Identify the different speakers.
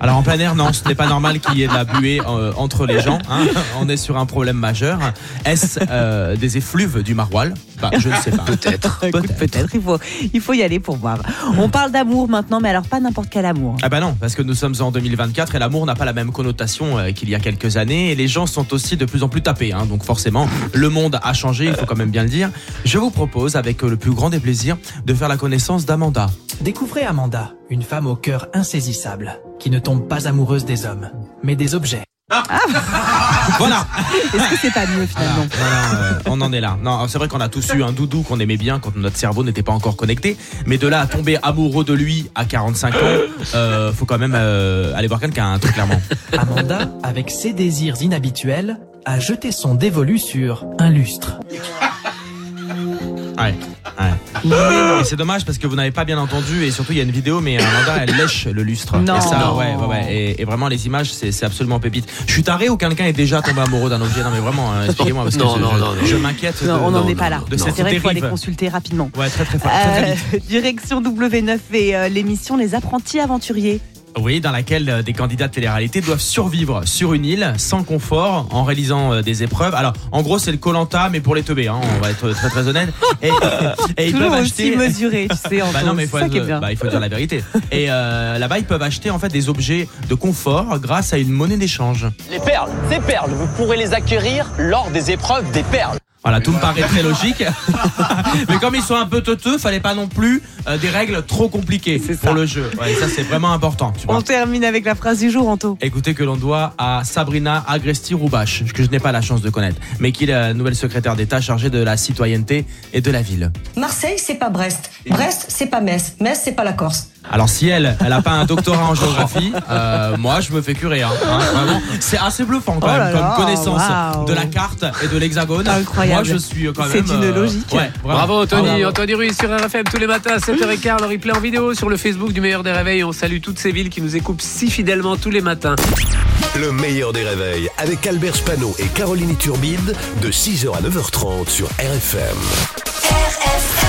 Speaker 1: Alors en plein air, non, ce n'est pas normal qu'il y ait de la buée euh, entre les gens. hein. On est sur un problème majeur. Est-ce euh, des effluves du maroilles Bah, je ne sais pas.
Speaker 2: Peut-être.
Speaker 3: Écoute, peut-être, il faut, il faut y aller pour voir. On parle d'amour maintenant, mais alors pas n'importe quel amour.
Speaker 1: Ah bah non, parce que nous sommes en 2024 et l'amour n'a pas la même connotation euh, qu'il y a quelques années et les gens sont aussi de plus en plus tapés, hein, donc forcément le monde a changé, il faut quand même bien le dire. Je vous propose avec euh, le plus grand des plaisirs de faire la connaissance d'Amanda.
Speaker 4: Découvrez Amanda, une femme au cœur insaisissable, qui ne tombe pas amoureuse des hommes, mais des objets.
Speaker 1: Voilà,
Speaker 3: Est-ce que c'est pas mieux
Speaker 1: Ah.
Speaker 3: finalement
Speaker 1: Voilà, euh, on en est là. Non, c'est vrai qu'on a tous eu un doudou qu'on aimait bien quand notre cerveau n'était pas encore connecté, mais de là à tomber amoureux de lui à 45 ans, euh, faut quand même euh, aller voir quelqu'un, très clairement.
Speaker 4: Amanda, avec ses désirs inhabituels, a jeté son dévolu sur un lustre.
Speaker 1: Ouais. Et c'est dommage parce que vous n'avez pas bien entendu et surtout il y a une vidéo mais euh, Amanda elle lèche le lustre.
Speaker 3: Non.
Speaker 1: Et ça, ouais, ouais,
Speaker 3: Non.
Speaker 1: ouais. Et, et vraiment les images c'est c'est absolument pépite. Je suis taré ou quelqu'un est déjà tombé amoureux d'un objet Non mais vraiment, euh, expliquez-moi parce que
Speaker 2: Non,
Speaker 1: je,
Speaker 2: non,
Speaker 1: je-
Speaker 2: non, non.
Speaker 1: je m'inquiète.
Speaker 3: Non,
Speaker 1: de-
Speaker 3: on n'en
Speaker 2: non,
Speaker 3: est pas là.
Speaker 2: non,
Speaker 1: de
Speaker 2: non.
Speaker 1: cette
Speaker 3: C'est vrai qu'il faut aller
Speaker 1: dérive.
Speaker 3: consulter rapidement.
Speaker 1: Ouais, très très fort. très, très
Speaker 3: Euh,
Speaker 1: vite.
Speaker 3: direction W9 et euh, l'émission Les Apprentis Aventuriers.
Speaker 1: Oui, dans laquelle euh, des candidats de télé-réalité doivent survivre sur une île sans confort en réalisant euh, des épreuves. Alors, en gros, c'est le Colanta mais pour les teubés, hein, on va être très très honnête. Et, et ils
Speaker 3: Toujours
Speaker 1: peuvent
Speaker 3: aussi
Speaker 1: acheter
Speaker 3: mesuré, tu sais,
Speaker 1: Bah
Speaker 3: Antoine,
Speaker 1: non, mais
Speaker 3: c'est
Speaker 1: faut
Speaker 3: ça qui est
Speaker 1: être-
Speaker 3: bien.
Speaker 1: bah, il faut dire la vérité. Et euh, là-bas, ils peuvent acheter en fait des objets de confort grâce à une monnaie d'échange.
Speaker 5: Les perles, ces perles, vous pourrez les acquérir lors des épreuves des perles.
Speaker 1: Voilà, tout me paraît très logique. mais comme ils sont un peu teuteux, fallait pas non plus euh, des règles trop compliquées pour le jeu. Ouais, ça, c'est vraiment important. tu vois.
Speaker 3: On termine avec la phrase du jour, Anto.
Speaker 1: Écoutez que l'on doit à Sabrina Agresti-Roubache, que je n'ai pas la chance de connaître, mais qui est la nouvelle secrétaire d'État chargée de la citoyenneté et de la ville.
Speaker 6: Marseille, c'est pas Brest. Brest, c'est pas Metz. Metz, c'est pas la Corse.
Speaker 1: Alors si elle, elle a pas un doctorat en géographie, euh, moi je me fais curer. hein, hein, vraiment. c'est assez bluffant quand même
Speaker 3: Oh là
Speaker 1: comme
Speaker 3: là,
Speaker 1: connaissance
Speaker 3: waouh.
Speaker 1: de la carte et de l'hexagone.
Speaker 3: Incroyable.
Speaker 1: Moi je suis euh, quand même.
Speaker 3: C'est une logique.
Speaker 1: ouais, vraiment.
Speaker 2: Bravo Anthony,
Speaker 1: Ah, Bravo.
Speaker 2: Anthony Ruiz sur RFM tous les matins à 7h15, le replay en vidéo sur le Facebook du meilleur des réveils. On salue toutes ces villes qui nous écoutent si fidèlement tous les matins.
Speaker 7: Le meilleur des réveils avec Albert Spano et Caroline Turbide de 6h à 9h30 sur RFM.
Speaker 8: RFM